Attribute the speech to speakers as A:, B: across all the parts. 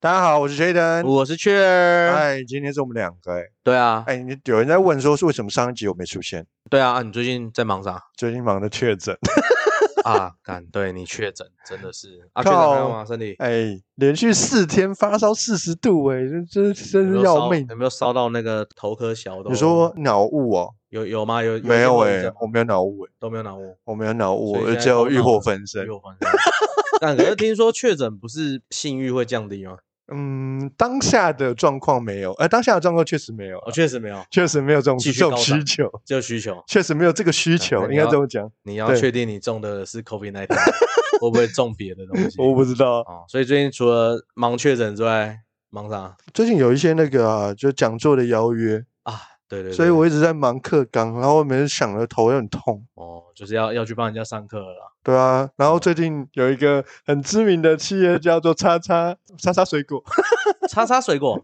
A: 大家好，我是 Jaden。
B: 我是雀儿。
A: 哎，今天是我们两个哎、
B: 对啊，
A: 哎，你有人在问说是为什么上一集我没出现？
B: 对啊，啊你最近在忙啥
A: 最近忙着确诊，
B: 啊？干，对你确诊真的是啊，确
A: 靠
B: 诊还有吗？身体
A: 哎，连续四天发烧四十度、哎，这这真
B: 有
A: 是
B: 没有
A: 要
B: 烧
A: 命。
B: 有没有烧到那个头科小的？
A: 你说脑雾哦？
B: 有有吗？有
A: 没有哎、
B: 哎，
A: 我没有脑雾哎、
B: 都没有脑雾，
A: 我没有脑雾，
B: 所以
A: 我
B: 现在
A: 只有
B: 都
A: 欲
B: 脑
A: 火
B: 雾
A: 焚身。
B: 有反正。但可是听说确诊不是性欲会降低吗？
A: 嗯，当下的状况没有，呃，当下的状况确实没有啊，
B: 哦，确实没有，
A: 确实没有这种
B: 继
A: 这
B: 续
A: 种
B: 高
A: 需
B: 涨
A: 求，
B: 只有需求。
A: 确实没有这个需
B: 那
A: 求，
B: 你
A: 应该
B: 要
A: 这么讲。
B: 你要
A: 对
B: 确定你中的是 COVID 1 9 会不会中别的东西？
A: 我不知道，
B: 哦，所以最近除了忙确诊之外，忙啥
A: 最近有一些那个啊，就讲座的邀约，
B: 啊？对对对，
A: 所以我一直在忙课纲，然后我每次想的头很痛。
B: 哦，就是要要去帮人家上课了啦。
A: 对啊，然后最近有一个很知名的企业叫做叉叉叉叉水果，
B: 叉叉水果，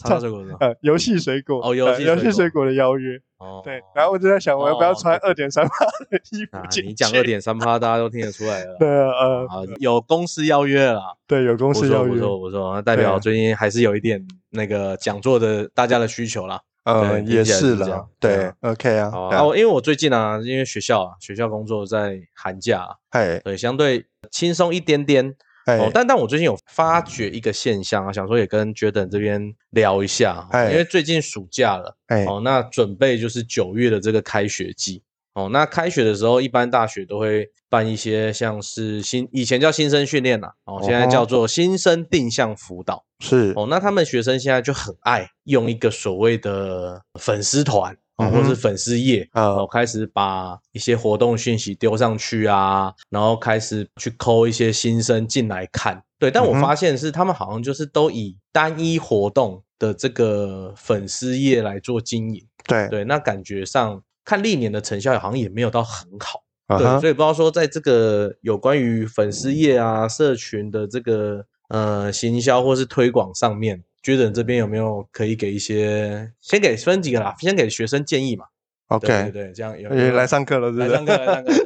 B: 叉叉水果是吗？
A: 呃，游戏水果，
B: 哦游
A: 呃
B: 戏
A: 游
B: 水
A: 戏水
B: 果
A: 果的邀约。
B: 哦，
A: 对，然后我就在想，我要不要
B: 哦
A: 穿二
B: 对
A: 点三八的衣服
B: 啊，
A: 进去？
B: 你讲二点三趴，大家都听得出来了啦。
A: 对呃，
B: 啊，有公司邀约了啦，
A: 对，有公
B: 不
A: 司
B: 错
A: 邀
B: 不
A: 约，
B: 错不错，那代
A: 对啊
B: 表最近还是有一点那个讲座的大家的需求啦。
A: 呃，
B: 对
A: 也
B: 听起来
A: 是
B: 是这
A: 啦
B: 样，对
A: 对
B: 啊
A: ，OK 啊
B: 好，
A: 对
B: 啊，
A: 啊
B: 啊我因为我最近啊，因为学校啊，学校工作在寒假啊，
A: 哎
B: 对，相对轻松一点点。哦
A: 哎，，
B: 但但我最近有发觉一个现象啊，想说也跟 Jordan 这边聊一下哦，
A: 哎
B: 因为最近暑假了。
A: 哎
B: 哦，那准备就是九月的这个开学季。哦，那开学的时候，一般大学都会办一些像是新以前叫新生训练啦，哦，现在
A: 哦吼
B: 叫做新生定向辅导。
A: 是，
B: 哦，那他们学生现在就很爱用一个所谓的粉丝团。哦，
A: 嗯
B: 或
A: 哼
B: 是粉丝页，
A: 啊
B: 哦，开始把一些活动讯息丢上去啊，然后开始去抠一些新生进来看。对，但
A: 嗯
B: 我
A: 哼
B: 发现是他们好像就是都以单一活动的这个粉丝页来做经营。
A: 对，
B: 对，那感觉上看历年的成效好像也没有到很好。
A: 啊
B: 对，
A: 哈
B: 所以不知道说在这个有关于粉丝页啊、社群的这个呃行销或是推广上面，觉得这边有没有可以给一些，先给分几个啦，先给学生建议嘛。对对
A: ，OK，
B: 对，这样有
A: 哎
B: 有
A: 来上课了，是不
B: 来
A: 是？
B: 上课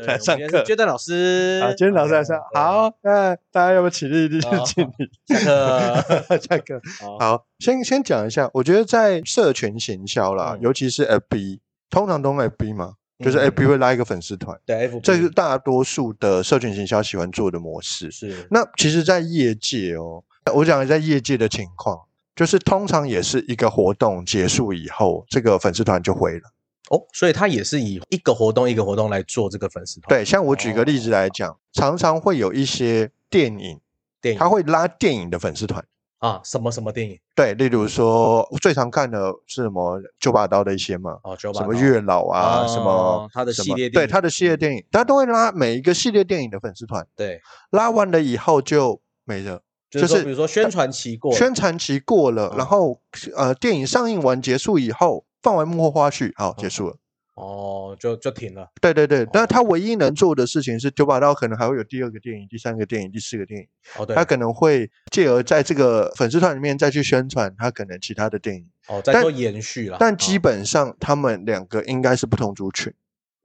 B: 来
A: 来上
B: 上课对我们今天
A: 课
B: 是杰登老师，
A: 啊，今天老师来上，好，那大家要不要起立？立
B: 好
A: 敬礼，
B: 对，下 课。
A: 下课。
B: 好
A: 哦好，先先讲一下，我觉得在社群行销啦，
B: 嗯
A: 尤其是 FB，通常都用 FB 嘛，就是
B: 嗯
A: FB 会拉一个粉丝团，
B: 对，F
A: 这是大多数的社群行销喜欢做的模式。
B: 是
A: 那其实，在业界哦，我讲在业界的情况，就是通常也是一个活动结束以后，这个粉丝团就回了。
B: 哦，所以他也是以一个活动一个活动来做这个粉丝团。
A: 对，像我举个例子
B: 哦
A: 来讲，常常会有一些电影，
B: 电影
A: 它会拉电影的粉丝团。
B: 啊，什么什么电影
A: 对，例如说最常看的是什么九把刀的一些嘛，
B: 哦，九把
A: 什么
B: 刀
A: 月老啊，什么
B: 哦他的
A: 什
B: 系
A: 么
B: 列电
A: 对
B: 影
A: 他的系列
B: 嗯
A: 电影，他都会拉每一个系列电影的粉丝团，
B: 对，
A: 拉完了以后就没了，
B: 就是
A: 就
B: 说
A: 是
B: 比如说宣传期过了，
A: 宣传期过了，然
B: 嗯
A: 后呃电影上映完结束以后，放完幕后花絮，好结
B: 嗯
A: 束了。
B: 哦，就就停了，
A: 对对对，那他唯一能做的事情是九把刀可能还会有第二个电影、第三个电影、第四个电影，
B: 哦对
A: 他，可能会借而在这个粉丝团里面再去宣传他可能其他的电影，
B: 哦在
A: 但
B: 做延续了，
A: 但基
B: 哦
A: 本上他们两个应该是不同族群。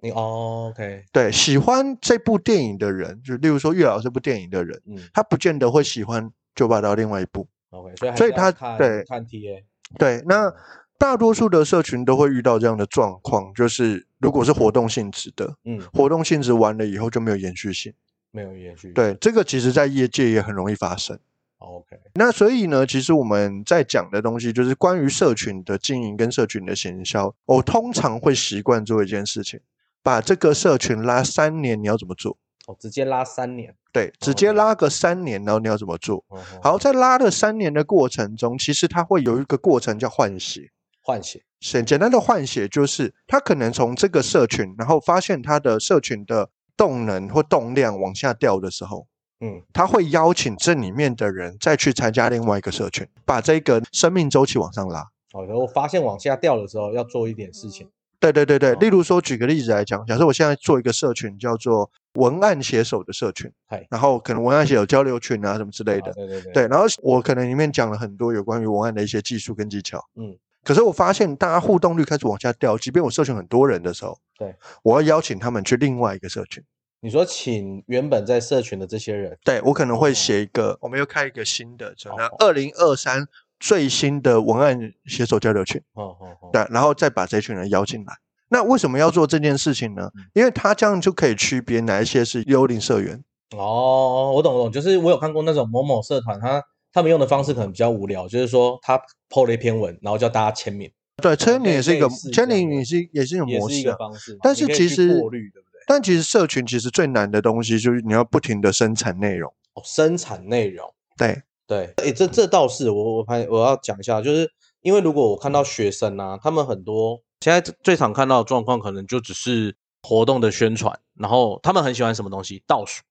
B: 你哦 OK，
A: 对，喜欢这部电影的人，就例如说月老这部电影的人，
B: 嗯
A: 他不见得会喜欢九把刀另外一部。
B: OK，所以还
A: 所以
B: 是要
A: 他
B: 看
A: 对
B: 看 TA，
A: 对，那大多数的社群都会遇到这样的状况，就是如果是活动性质的，
B: 嗯
A: 活动性质完了以后就没有延续性。
B: 没有延续，
A: 对，这个其实在业界也很容易发生。
B: 哦，OK，
A: 那所以呢，其实我们在讲的东西就是关于社群的经营跟社群的行销。我通常会习惯做一件事情，把这个社群拉三年，你要怎么做？
B: 哦直接拉三年，
A: 对，直接
B: 哦
A: 拉个三年，然后你要怎么做？
B: 哦哦
A: 好，在拉的三年的过程中，其实它会有一个过程叫换血。
B: 换血，
A: 简简单的换血就是，他可能从这个社群，然后发现他的社群的动能或动量往下掉的时候，
B: 嗯
A: 他会邀请这里面的人再去参加另外一个社群，把这个生命周期往上拉。
B: 哦，然后发现往下掉的时候要做一点事情，
A: 对对对对，
B: 哦
A: 例如说，举个例子来讲，假设我现在做一个社群叫做文案写手的社群
B: 嗨，
A: 然后可能文案写手交流群啊什么之类
B: 啊
A: 的，
B: 对对对
A: 对，然后我可能里面讲了很多有关于文案的一些技术跟技巧，
B: 嗯，
A: 可是我发现大家互动率开始往下掉，即便我社群很多人的时候，
B: 对，
A: 我要邀请他们去另外一个社群，
B: 你说请原本在社群的这些人，
A: 对我可能会
B: 哦
A: 写一个，我们又开一个新的，叫
B: 哦
A: 二零二三最新的文案写手交流群，
B: 哦哦哦，
A: 对，然后再把这群人邀进来。那为什么要做这件事情呢
B: 嗯？
A: 因为他这样就可以区别哪一些是幽灵社员，
B: 哦，我懂我懂，就是我有看过那种某某社团，他他们用的方式可能比较无聊，就是说他 PO 了一篇文，然后叫大家签名，
A: 对，签
B: 哦类
A: 名也是一个
B: 类似这
A: 签
B: 样
A: 名
B: 的
A: 也是也是一种
B: 也
A: 模
B: 是一
A: 式、
B: 个
A: 啊。
B: 方式嘛。
A: 但
B: 你
A: 是
B: 可以
A: 其
B: 去
A: 实
B: 过滤，对不对？
A: 但其实社群其实最难的东西就是你要不停的生产内容，
B: 哦，生产内容，
A: 对，
B: 对，诶，这这倒是我我拍我要讲一下，就是因为如果我看到学生啊，他们很多现在最常看到的状况，可能就只是活动的宣传，然后他们很喜欢什么东西倒数，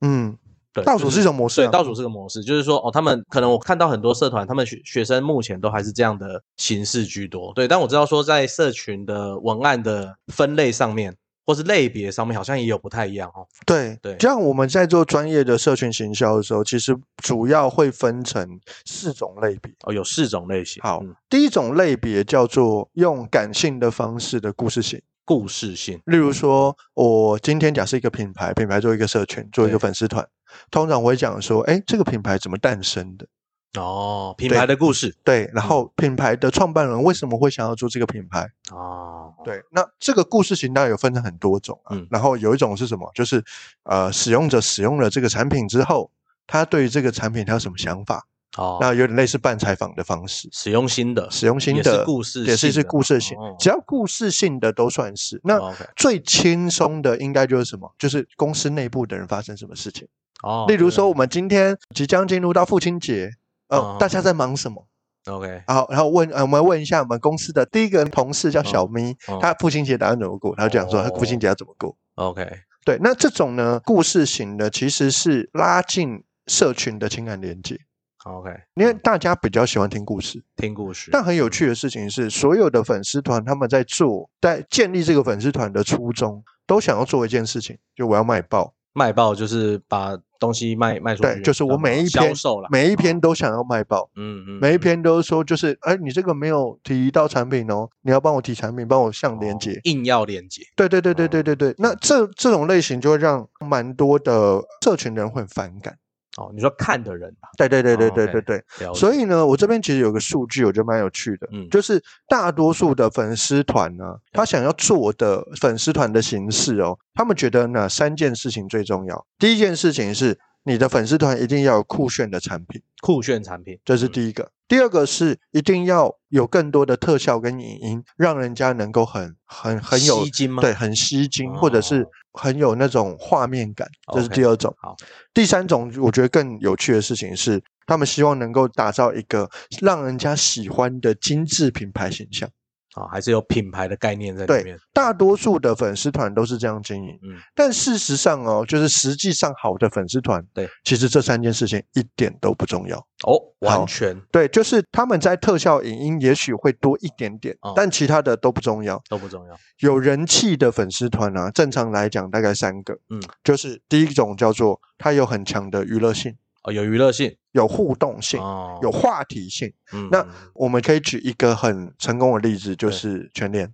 A: 嗯，
B: 对，
A: 倒
B: 就
A: 数是一种模式、
B: 对，
A: 啊，
B: 倒数是个模式，就是说哦，他们可能我看到很多社团，他们学学生目前都还是这样的形式居多，对。但我知道说，在社群的文案的分类上面，或是类别上面，好像也有不太一样哦。
A: 对
B: 对
A: 这样我们在做专业的社群行销的时候，其实主要会分成四种类别。
B: 哦，有四种类型。
A: 好，
B: 嗯
A: 第一种类别叫做用感性的方式的故事型，
B: 故事性，
A: 例如说，我今天假设一个品牌，品牌做一个社群，做一个
B: 对
A: 粉丝团，通常我会讲说，哎，这个品牌怎么诞生的？
B: 哦，品
A: 对嗯
B: 牌的故事
A: 对，然后品牌的创办人为什么会想要做这个品牌？
B: 哦，
A: 对，那这个故事型当然有分成很多种啊。
B: 嗯
A: 然后有一种是什么？就是呃，使用者使用了这个产品之后，他对于这个产品他有什么想法？
B: 哦，
A: 那有点类似半采访的方式，
B: 使用新的，
A: 使用心
B: 也是
A: 得
B: 故事
A: 也是一
B: 性
A: 些
B: 的
A: 故事性
B: 哦，
A: 只要故事性的都算是。
B: 哦
A: 那
B: ，OK
A: 最轻松的应该就是什么？就是公司内部的人发生什么事情。
B: 哦，
A: 例如
B: 对
A: 说，我们今天即将进入到父亲节，
B: 哦
A: 呃，大家在忙什么？
B: ，OK，
A: 然后，然后问，呃，我们问一下我们公司的第一个同事叫小咪，
B: 哦
A: 他父亲节打算怎么过？他就讲说他父亲节要怎么过。
B: ，OK，
A: 对，那这种呢，故事型的其实是拉近社群的情感连接，
B: OK，
A: 因为大家比较喜欢听故事。
B: 听故事，
A: 但很有趣的事情是，所有的粉丝团他们在做，在建立这个粉丝团的初衷，都想要做一件事情，就我要卖爆。
B: 卖报就是把东西卖卖出去，
A: 对，就是我
B: 然后
A: 每一
B: 销
A: 篇
B: 售了，
A: 每一篇都想要卖爆，
B: 哦嗯嗯，
A: 每一
B: 嗯
A: 篇都说就是，哎，你这个没有提到产品哦，你要帮我提产品，帮我上连
B: 哦
A: 接。
B: 硬要连接，
A: 对对对对对对对，那
B: 嗯
A: 这这种类型就会让蛮多的社群人会很反感。
B: 哦，你说看的人吧，
A: 对对对对对对
B: 哦 OK
A: 对，
B: 了解
A: 所以呢，我这边其实有个数据，我觉得蛮有趣的，
B: 嗯
A: 就是大多数的粉丝团呢，他
B: 嗯
A: 想要做的粉丝团的形式哦，他们觉得哪三件事情最重要？第一件事情是你的粉丝团一定要有酷炫的产品，
B: 酷炫产品，
A: 这是
B: 一，
A: 第一个；第二个是一定要有更多的特效跟影音，让人家能够很很很有
B: 吸睛吗？
A: 对，很吸睛，或者是
B: 哦
A: 很有那种画面感，这是第
B: OK，
A: 二种。
B: 好，
A: 第三种，我觉得更有趣的事情是，他们希望能够打造一个让人家喜欢的精致品牌形象。
B: 啊，还是有品牌的概念在里
A: 对
B: 面，，
A: 大多数的粉丝团都是这样经营，
B: 嗯，
A: 但事实上哦，就是实际上好的粉丝团，
B: 对，
A: 其实这三件事情一点都不重要。
B: 哦，
A: 好
B: 完全
A: 对，就是他们在特效影音也许会多一点点，
B: 哦
A: 但其他的都不重要。
B: 都不重要，
A: 有人气的粉丝团啊，正常来讲大概三个，
B: 嗯，
A: 就是第一种叫做它有很强的娱乐性，
B: 哦，有娱乐性，
A: 有互动性，
B: 哦，
A: 有，话题性。
B: 嗯，
A: 那
B: 嗯嗯
A: 我们可以举一个很成功的例子，就
B: 对
A: 是全联。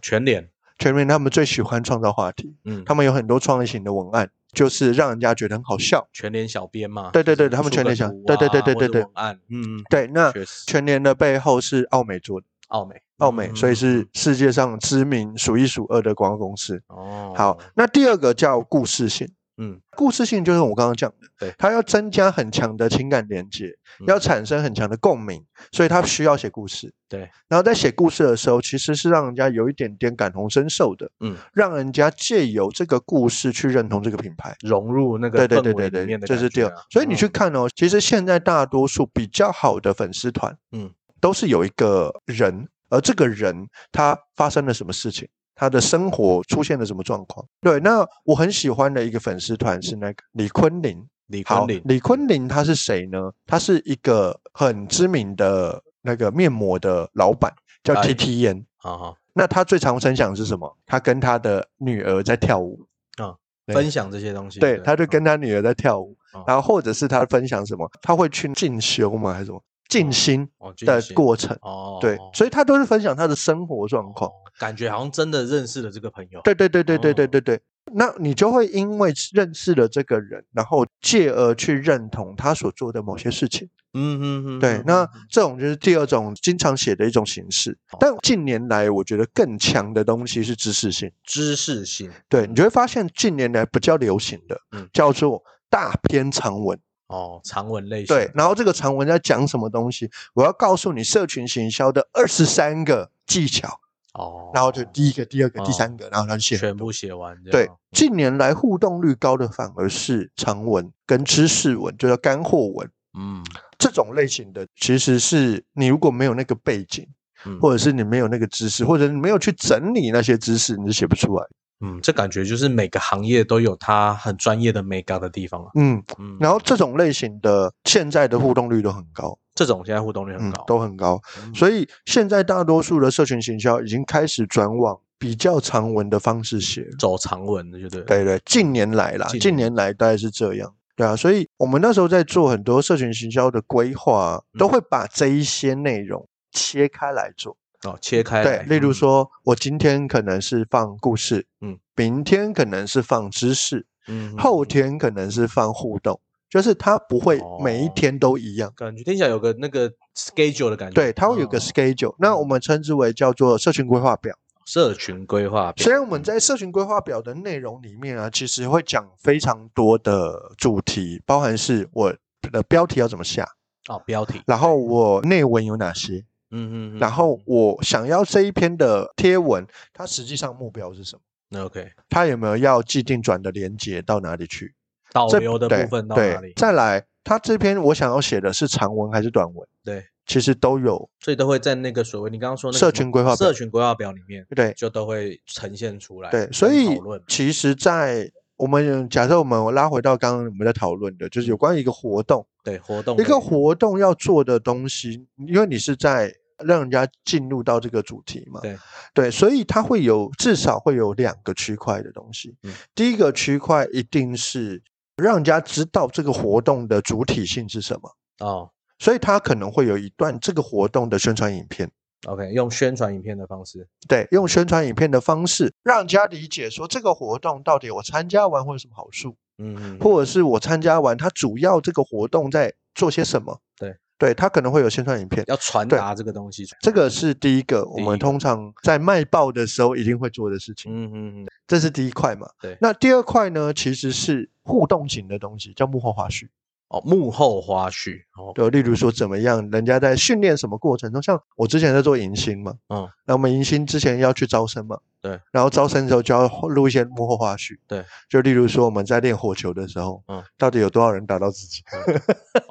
B: 全脸，
A: 全联他们最喜欢创造话题，
B: 嗯，
A: 他们有很多创意型的文案，就是让人家觉得很好笑。
B: 全脸小编嘛，
A: 对对
B: 就是
A: 对他们
B: 出
A: 全
B: 个
A: 联小
B: 图
A: 对对
B: 啊
A: 对对
B: 或
A: 对
B: 者
A: 对
B: 文案，嗯，嗯
A: 对，那
B: 确实，
A: 全联的背后是奥美做的，
B: 奥美，
A: 奥美，所以
B: 嗯
A: 是世界上知名数一数二的广告公司。
B: 哦，
A: 好，那第二个叫故事性。
B: 嗯，
A: 故事性就是我刚刚讲的，
B: 对
A: 它要增加很强的情感连接，要
B: 嗯
A: 产生很强的共鸣，所以它需要写故事。
B: 对，
A: 然后在写故事的时候，其实是让人家有一点点感同身受的，
B: 嗯，
A: 让人家借由这个故事去认同这个品牌。
B: 融入那
A: 对
B: 个
A: 对
B: 氛
A: 对
B: 围
A: 对
B: 里
A: 对
B: 面，的
A: 这
B: 感
A: 是第
B: 觉
A: 二
B: 啊。
A: 所以你去
B: 嗯
A: 看哦，其实现在大多数比较好的粉丝团，
B: 嗯，
A: 都是有一个人，而这个人他发生了什么事情，他的生活出现了什么状况。对，那我很喜欢的一个粉丝团是那个李坤林。
B: 李
A: 好，
B: 坤林，
A: 李坤林他是谁呢？他是一个很知名的那个面膜的老板，叫
B: 哎
A: T T 燕。
B: 好好
A: 那他最常分享的是什么？他跟他的女儿在跳舞。对
B: 分享这些东西，
A: 对，他就
B: 嗯
A: 跟他女儿在跳舞，
B: 哦
A: 然后或者是他分享什么，他会去进修吗？还是什么静心
B: 哦进
A: 的
B: 行
A: 过程？
B: 哦，
A: 对，所以他都是分享他的生活状况。
B: 哦感觉好像真的认识了这个朋友，
A: 对对对对对对
B: 哦
A: 对对，那你就会因为认识了这个人，然后借而去认同他所做的某些事情。
B: 嗯嗯嗯，
A: 对
B: 嗯，哦
A: 那这种就是第二种经常写的一种形式。但近年来，我觉得更强的东西是知识性。
B: 知识性
A: 对，你就会发现近年来比较流行的
B: 嗯
A: 叫做大篇长文。
B: 哦，长文类型，
A: 对，，然后这个长文在讲什么东西？我要告诉你社群行销的二十三个技巧，
B: 哦，
A: 然后就第一个、第二个、第
B: 哦
A: 三个，然后他就写
B: 全部写完这
A: 对
B: 样，，
A: 近年来互动率高的反而是长文跟知识文，就叫干货文
B: 嗯
A: 这种类型的。其实是你如果没有那个背景，
B: 嗯，
A: 或者是你没有那个知识，或者你没有去整理那些知识，你是写不出来。
B: 嗯，这感觉就是每个行业都有它很专业的 mega 的地方了。
A: 嗯，
B: 嗯，
A: 然后这种类型的现在的互动率都很高，
B: 这种现在互动率很
A: 嗯
B: 高，，
A: 都很高。
B: 嗯
A: 所以现在大多数的社群行销已经开始转往比较长文的方式写了。
B: 走长文的，就对了。
A: 对对，近年来啦，
B: 近
A: 近
B: 年
A: 年来大概是这样。对啊，所以我们那时候在做很多社群行销的规划，
B: 嗯
A: 都会把这一些内容切开来做。
B: 哦，切开
A: 对
B: 来，
A: 例如
B: 嗯
A: 说，我今天可能是放故事，
B: 嗯，
A: 明天可能是放知识，
B: 嗯，嗯
A: 后
B: 嗯
A: 天可能是放互动，就是它不会每一
B: 哦
A: 天都一样。
B: 感觉听起来有个那个 schedule 的感觉，
A: 对，它会有个
B: 哦
A: schedule，、那我们称之为叫做社群规划表。
B: 社群规划表，
A: 虽然我们在社群规划表的内容里面啊，其实会讲非常多的主题，包含是我的标题要怎么下，
B: 哦标题，
A: 然后我内文有哪些，
B: 嗯嗯嗯，
A: 然后我想要这一篇的贴文，它实际上目标是什么，
B: 那 OK
A: 它有没有要既定转的连接到哪里去，
B: 导
A: 这
B: 流的
A: 对
B: 部分到
A: 对
B: 哪里？
A: 再来，它这篇我想要写的是长文还是短文，
B: 对，
A: 其实都有
B: 所以都会在那个所谓你刚刚说那个
A: 社
B: 什么
A: 群规划
B: 社
A: 表
B: 群规划表里面
A: 对
B: 就都会呈现出来，
A: 对，
B: 跟
A: 所以
B: 讨论，
A: 其实，在我们假设我们拉回到刚刚我们在讨论的，就是有关于一个活动，
B: 对活动
A: 一个
B: 类
A: 活动要做的东西，因为你是在让人家进入到这个主题嘛，
B: 对
A: 对，所以它会有至少会有两个区块的东西。
B: 嗯
A: 第一个区块一定是让人家知道这个活动的主体性是什么，
B: 哦
A: 所以它可能会有一段这个活动的宣传影片。
B: ，OK，用宣传影片的方式，
A: 对，用宣传影片的方式，让人家理解说这个活动到底我参加完会有什么好处，
B: 嗯嗯，嗯
A: 或者是我参加完它主要这个活动在做些什么。
B: 对，
A: 对，它可能会有宣传影片。
B: 要传
A: 对
B: 达这个东西，
A: 这个是第一个，我
B: 第一
A: 们
B: 个
A: 通常在卖报的时候一定会做的事情，
B: 嗯嗯嗯，
A: 这是第一块嘛。
B: 对
A: 那第二块呢，其实是互动型的东西，叫幕后花絮。
B: 哦，幕后花絮， 哦，
A: 对，例如说怎么样，人家在训练什么过程中，像我之前在做迎新嘛，
B: 嗯，
A: 那我们迎新之前要去招生嘛，
B: 对，
A: 然后招生的时候就要录一些幕后花絮，
B: 对，
A: 就例如说我们在练火球的时候，
B: 嗯，
A: 到底有多少人打到自己？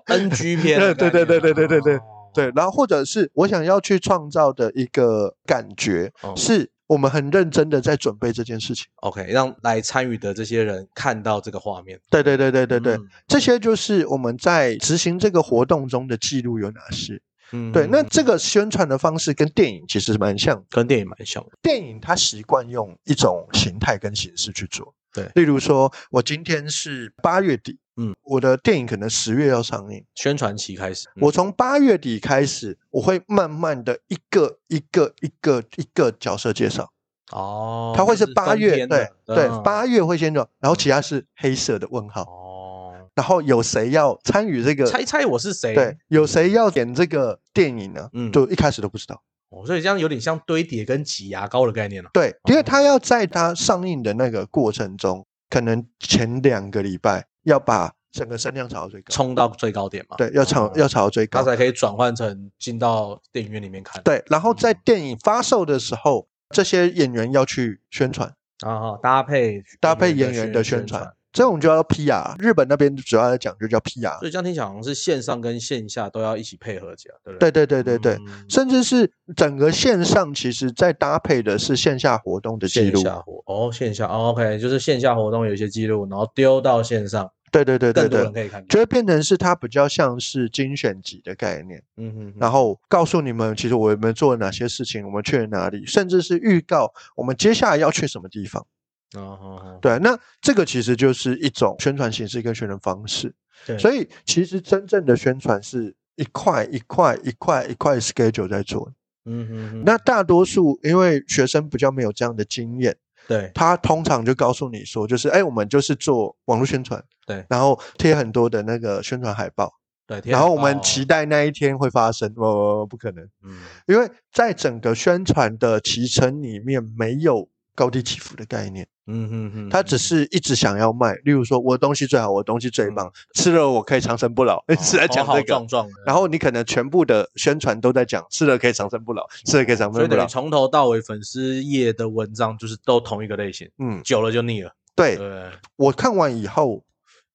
B: NG 片的概
A: 对对对
B: 念啊，
A: 对对对对
B: 哦，
A: 对，然后或者是我想要去创造的一个感觉，
B: 哦
A: 是我们很认真的在准备这件事情。
B: OK，让来参与的这些人看到这个画面，
A: 对对对对对对，
B: 嗯，
A: 这些就是我们在执行这个活动中的记录有哪些。
B: 嗯
A: 对，那
B: 嗯嗯
A: 这个宣传的方式跟电影其实蛮像，
B: 跟电影蛮像的，
A: 电影它习惯用一种形态跟形式去做。
B: 对
A: 例如说，我今天是八月底，
B: 嗯，
A: 我的电影可能十月要上映，
B: 宣传期开始，嗯
A: 我从八月底开始，我会慢慢的一个一个一个一个角色介绍，
B: 哦，
A: 它会
B: 就是
A: 八月，对
B: 分片的
A: 对，
B: 嗯
A: 八月会先做，然后其他是黑色的问号，
B: 哦，
A: 然后有谁要参与这个？
B: 猜猜我是谁？
A: 对，有谁要演这个电影呢？
B: 嗯
A: 就一开始都不知道。
B: 哦，所以这样有点像堆叠跟挤牙膏的概念了、
A: 对，因为他要在他上映的那个过程中，可能前两个礼拜要把整个声量炒到最高，
B: 冲到最高点嘛，
A: 对，要炒
B: 哦
A: 要炒到最
B: 它
A: 高。
B: 才可以转换成进到电影院里面看。
A: 对，然后在电影发售的时候，这些演员要去宣传，
B: 啊哈，搭配
A: 搭配演员
B: 员
A: 的宣
B: 宣
A: 传，，这种就叫 PR。日本那边主要在讲就叫 PR。
B: 所以这样听起来好像是线上跟线下都要一起配合起来，对不
A: 对
B: 对？
A: 对对对对，
B: 嗯
A: 甚至是整个线上，其实在搭配的是线下活动的记
B: 线
A: 录。
B: 下活哦，线下、哦、OK，就是线下活动有一些记录，然后丢到线上，
A: 对对对对
B: 更多
A: 对
B: 人，可以看到。
A: 就会变成是它比较像是精选集的概念，
B: 嗯哼哼，
A: 然后告诉你们其实我们做了哪些事情，我们去了哪里，甚至是预告我们接下来要去什么地方。
B: 哦哦哦
A: 对，那这个其实就是一种宣传形式跟宣传方式。
B: 对，
A: 所
B: 以
A: 以其实真正的宣传是一块一块一块一块 schedule 在做的。
B: 嗯哼哼，
A: 那大多数因为学生比较没有这样的经验，
B: 对
A: 他通常就告诉你说，就是哎，我们就是做网络宣传，
B: 对
A: 然后贴很多的那个宣传海报，
B: 对，贴
A: 然后我
B: 海
A: 们
B: 报
A: 期，待那一天会发生，不不不不可能，
B: 嗯，
A: 因为在整个宣传的提成里面没有高低起伏的概念，
B: 嗯哼哼，
A: 他只
B: 嗯
A: 是一直想要卖，例如说我的东西最好，我的东西最棒，吃了我可以长生不老， 是在讲
B: 头嗯哦好
A: 这个
B: 壮。壮的，
A: 然后你可能全部的宣传都在讲吃了可以长生不老，吃了可以长
B: 嗯所以
A: 生不
B: 等
A: 老
B: 于。从头到尾粉丝页的文章就是都同一个类型，
A: 嗯，
B: 久了就腻了。
A: 对，
B: 对，
A: 我看完以后，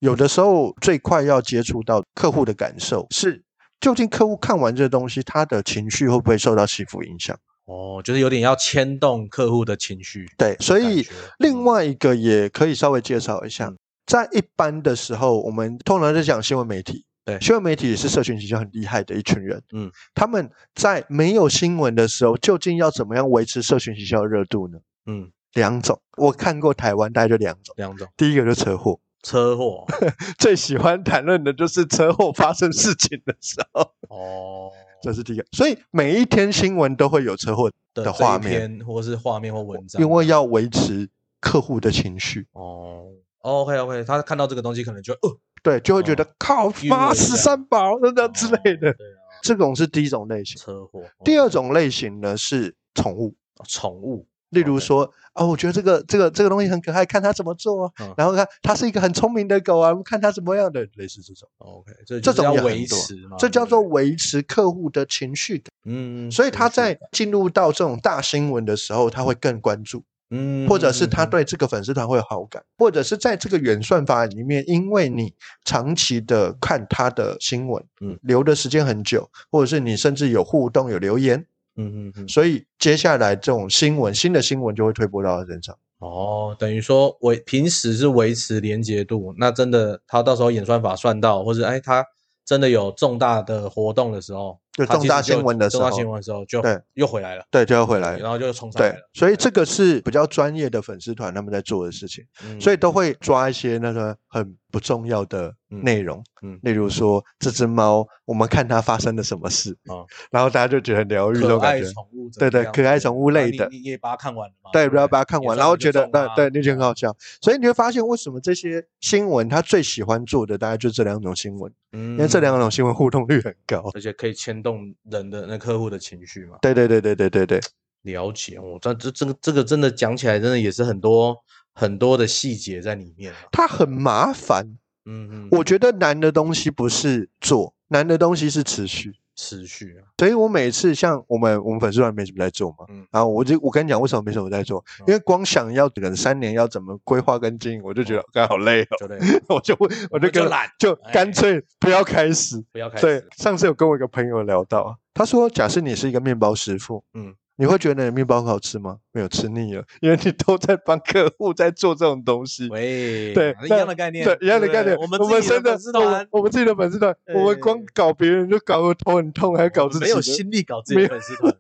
A: 有的时候最快要接触到客户的感受是，究竟客户看完这东西，他的情绪会不会受到起伏影响？
B: 哦，就是有点要牵动客户的情绪。
A: 对，所以
B: 觉
A: 另外一个也可以稍微介绍一下，在一般的时候，我们通常在讲新闻媒体。
B: 对
A: 新闻媒体是社群营销很厉害的一群人。
B: 嗯，
A: 他们在没有新闻的时候，究竟要怎么样维持社群营销的热度呢？
B: 嗯，
A: 两种，我看过台湾大概就两种。
B: 两种
A: 第一个就是车祸，
B: 车祸
A: 最喜欢谈论的就是车祸发生事情的时候，
B: 哦，
A: 这是第一个。所以每一天新闻都会有车祸，的
B: 这
A: 画
B: 一
A: 面
B: 篇或是画面或文章，
A: 因为要维持客户的情绪，
B: 哦。OK OK，他看到这个东西可能就呃
A: 对，就会觉得、
B: 哦
A: 靠
B: 郁
A: 妈
B: 闷一
A: 十
B: 下
A: 三宝等等之类的
B: 哦。对啊，
A: 这种是第一种类型。
B: 车祸。
A: 第二
B: 哦
A: 种类型呢是宠物，
B: 宠物，
A: 例如
B: OK
A: 说啊、我觉得这个这个这个东西很可爱，看它怎么做啊。
B: 嗯
A: 然后看它是一个很聪明的狗啊，我们看它怎么样的，类似这种，
B: OK，这
A: 这
B: 就是
A: 种
B: 要
A: 也很
B: 维
A: 多
B: 持嘛，
A: 这
B: 对
A: 叫
B: 不
A: 做
B: 对
A: 维持客户的情绪感。
B: 嗯，
A: 所以他
B: 啊维持
A: 在进入到这种大新闻的时候，他会更关注，
B: 嗯，
A: 或者是他
B: 嗯
A: 对这个粉丝团会有好感，或者是在这个演算法里面，因为你长期的看他的新闻，
B: 嗯
A: 留的时间很久，或者是你甚至有互动、有留言，
B: 嗯嗯嗯，
A: 所以接下来这种新闻、新的新闻就会推播到他身上。
B: 哦，等于说维平时是维持连结度，那真的他到时候演算法算到，或者哎他真的有重大的活动的时候，
A: 就
B: 它
A: 重
B: 其
A: 大
B: 实就
A: 新闻的时
B: 重
A: 候
B: 大新闻的时候就
A: 对
B: 又回来了，
A: 对，就要回来
B: 然
A: 了。
B: 后就冲上来
A: 对
B: 了，，
A: 所以这个是比较专业的粉丝团他们在做的事情，
B: 嗯
A: 所以都会抓一些那个很不重要的内容，
B: 嗯
A: 例如说这只猫，我们看它发生了什么事，
B: 啊
A: 然后大家就觉得很疗愈这
B: 可
A: 种
B: 爱
A: 感觉。
B: 宠物怎
A: 对
B: 么
A: 对
B: 样
A: 可爱宠物
B: 那
A: 类
B: 你
A: 的
B: 你也把它看完了嘛，
A: 对，
B: 不
A: 不要把它看完，
B: 演
A: 然
B: 啊算
A: 后
B: 法就
A: 觉得
B: 中
A: 那
B: 啦
A: 对，那就很好
B: 啊
A: 笑。所以你会发现，为什么这些新闻它最喜欢做的大概就这两种新闻，
B: 因
A: 因为这两种新闻互动率很高。
B: 嗯而且可以牵动人的那客户的情绪嘛，
A: 对对对对对对对，
B: 了解，我这这这个这个真的讲起来，真的也是很多很多的细节在里面啊。
A: 它很麻烦。
B: 嗯嗯，
A: 我觉得难的东西不是做，难的东西是持续。
B: 持续啊，
A: 所以我每次像我们我们粉丝团没什么在做嘛，
B: 嗯
A: 然后我就我跟你讲为什么没什么在做，因为光想要可能三年要怎么规划跟经营，我就觉得刚好累哦，
B: 就对，
A: 我就我就
B: 嗯就
A: 跟
B: 懒
A: 就干
B: 哎
A: 脆不要开始。
B: 不要开
A: 对
B: 始，，
A: 上次有跟我一个朋友聊到，他说，假设你是一个面包师傅，
B: 嗯，
A: 你会觉得你的面包很好吃吗？没有吃腻了，因为你都在帮客户在做这种东西。
B: 喂，
A: 对
B: 一
A: 那
B: 样的概念，
A: 对，一样的
B: 不
A: 概念。
B: 我们
A: 我
B: 自
A: 们
B: 己
A: 真的
B: 粉丝，
A: 我
B: 团
A: 们，我们自己的粉丝团，我们光
B: 哎
A: 搞别人就搞得头很痛，还要搞
B: 我们
A: 自己
B: 没有
A: 的
B: 心力搞自己的粉丝团，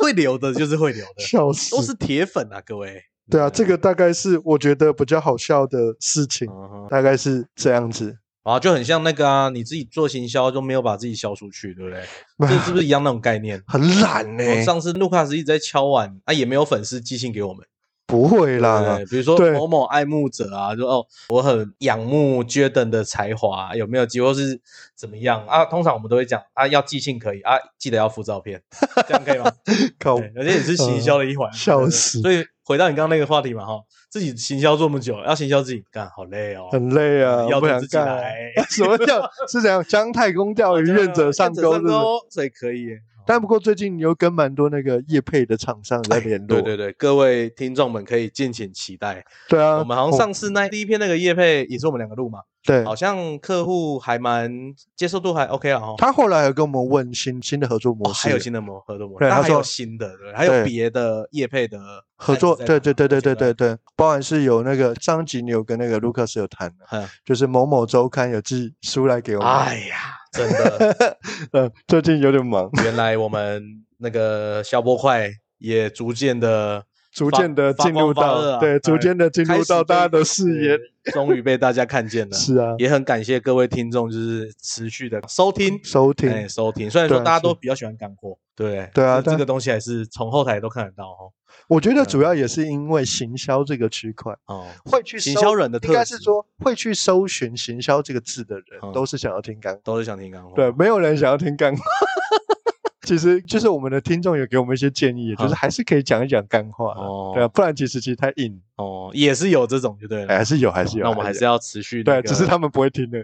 B: 会留的就是会留 的，
A: 笑死。
B: 都是铁粉啊，各位。
A: 对啊，这个大概是我觉得比较好笑的事情，
B: 嗯哼。
A: 大概是这样子。
B: 啊，就很像那个啊，你自己做行销就没有把自己销出去，对 不对？这是不是一样那种概念？
A: 很懒呢、欸
B: 我上次卢卡斯一直在敲碗，啊，也没有粉丝寄信给我们。
A: 不会啦
B: 对，，比如说
A: 啊对
B: 某某爱慕者啊，就哦，我很仰慕 Jordan 的才华，有没有机会是怎么样啊？通常我们都会讲啊，要寄信可以啊，记得要附照片， 这样 可以吗？
A: 靠，
B: 对，而且也是行销的一
A: 嗯
B: 环，
A: 笑
B: 对对
A: 死
B: 所以回到你刚刚那个话题嘛，哈，自己行销这么久，要行销自己干好累哦，
A: 很累啊，
B: 要
A: 不想
B: 自己
A: 干 啊。。
B: 来
A: 什么叫是怎样？姜太公钓
B: 哦
A: 鱼，
B: 啊
A: 愿者上钩，是
B: 愿
A: 不是？
B: 所以可以耶。
A: 但不过最近有跟蛮多那个业配的厂商在联络，
B: 对对对，各位听众们可以敬请期待。
A: 对啊，
B: 我们好像上次那第一篇那个叶配也是我们两个录嘛，
A: 对，
B: 好像客户还蛮接受度还 OK 啊、哦。
A: 他后来有跟我们问新新的合作模
B: 哦，
A: 式，
B: 还有新的模合作模
A: 对
B: 式，那
A: 他
B: 还有
A: 说
B: 新的，对，还有
A: 对
B: 别的业配的
A: 合作，对对对对对对
B: 对，
A: 对，包含是有那个上集你有跟那个 Lucas 有谈的，啊
B: 嗯
A: 就是某某周刊有寄书来给我们，
B: 哎呀，真的，
A: 呃，最近有点忙，
B: 原来我们那个消波块也逐渐的
A: 逐渐的
B: 发
A: 进入
B: 光发热
A: 到
B: 啊
A: 对，逐
B: 哎
A: 渐的进入到大家的视野里。
B: 野，终于被大家看见了。
A: 是啊，
B: 也很感谢各位听众，就是持续的收听，
A: 收听
B: 哎，收听。虽然说
A: 对啊
B: 大家都
A: 是
B: 比较喜欢干货，对
A: 对啊
B: 这
A: 但
B: 这个东西还是从后台都看得到哦。
A: 我觉得主要也是因为行销这个区块。
B: 哦，
A: 会去
B: 行
A: 搜
B: 销人的
A: 应该
B: 特
A: 是
B: 质
A: 说会去搜寻“行销”这个字的人，
B: 嗯
A: 都是想要听干货。
B: 都是想听干货。
A: 对，，没有人想要听 干话。其实就是我们的听众有给我们一些建议，就是
B: 嗯
A: 还是可以讲一讲干话啦，
B: 哦，
A: 对啊，不然其实其实太硬，
B: 哦，也是有这种，就对
A: 哎
B: 了。
A: 还是有，还是有。
B: 那我们还是
A: 有
B: 要持续那
A: 对，
B: 个。
A: 只是他们不会听的。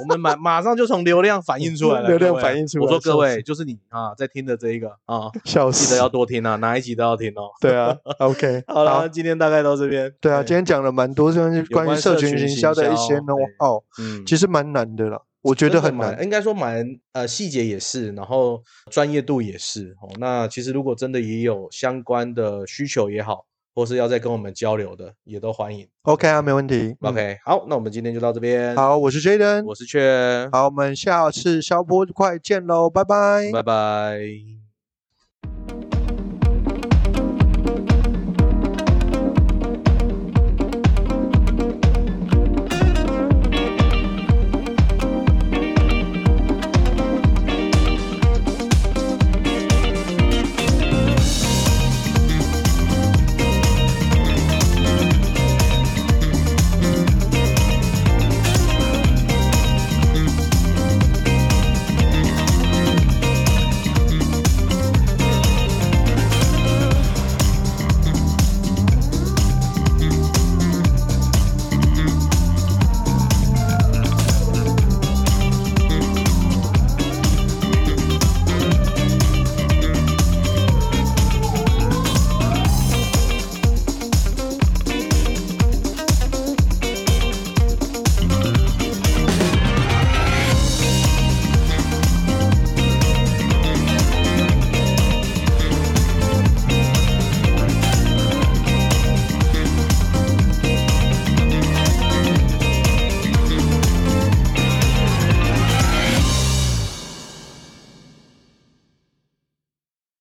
B: 我们马马上就从流量反映出来了，
A: 流量
B: 各位
A: 反映出来
B: 我说各
A: 笑
B: 位，就是你啊，在听的这一个啊，
A: 笑
B: 记
A: 死！
B: 得要多听啊，哪一集都要听哦。
A: 对 啊，OK，
B: 好了，，今天大概到这边。哎
A: 对啊，今天讲了蛮多关于关于
B: 关
A: 社
B: 社
A: 群
B: 群
A: 行
B: 行
A: 销的一
B: 销
A: 些 know
B: 对
A: how，
B: 嗯
A: 其实蛮难的啦，我觉得
B: 真的
A: 很
B: 蛮
A: 难。
B: 应该说蛮呃细节也是，然后专业度也是哦。那其实如果真的也有相关的需求也好，或是要再跟我们交流的，也都欢迎。
A: OK 啊，没问题。嗯
B: OK，好，那我们今天就到这边。，
A: 好，我是 Jaden，
B: 我是雀，
A: 好，我们下次消波快见喽，拜拜。
B: 拜拜。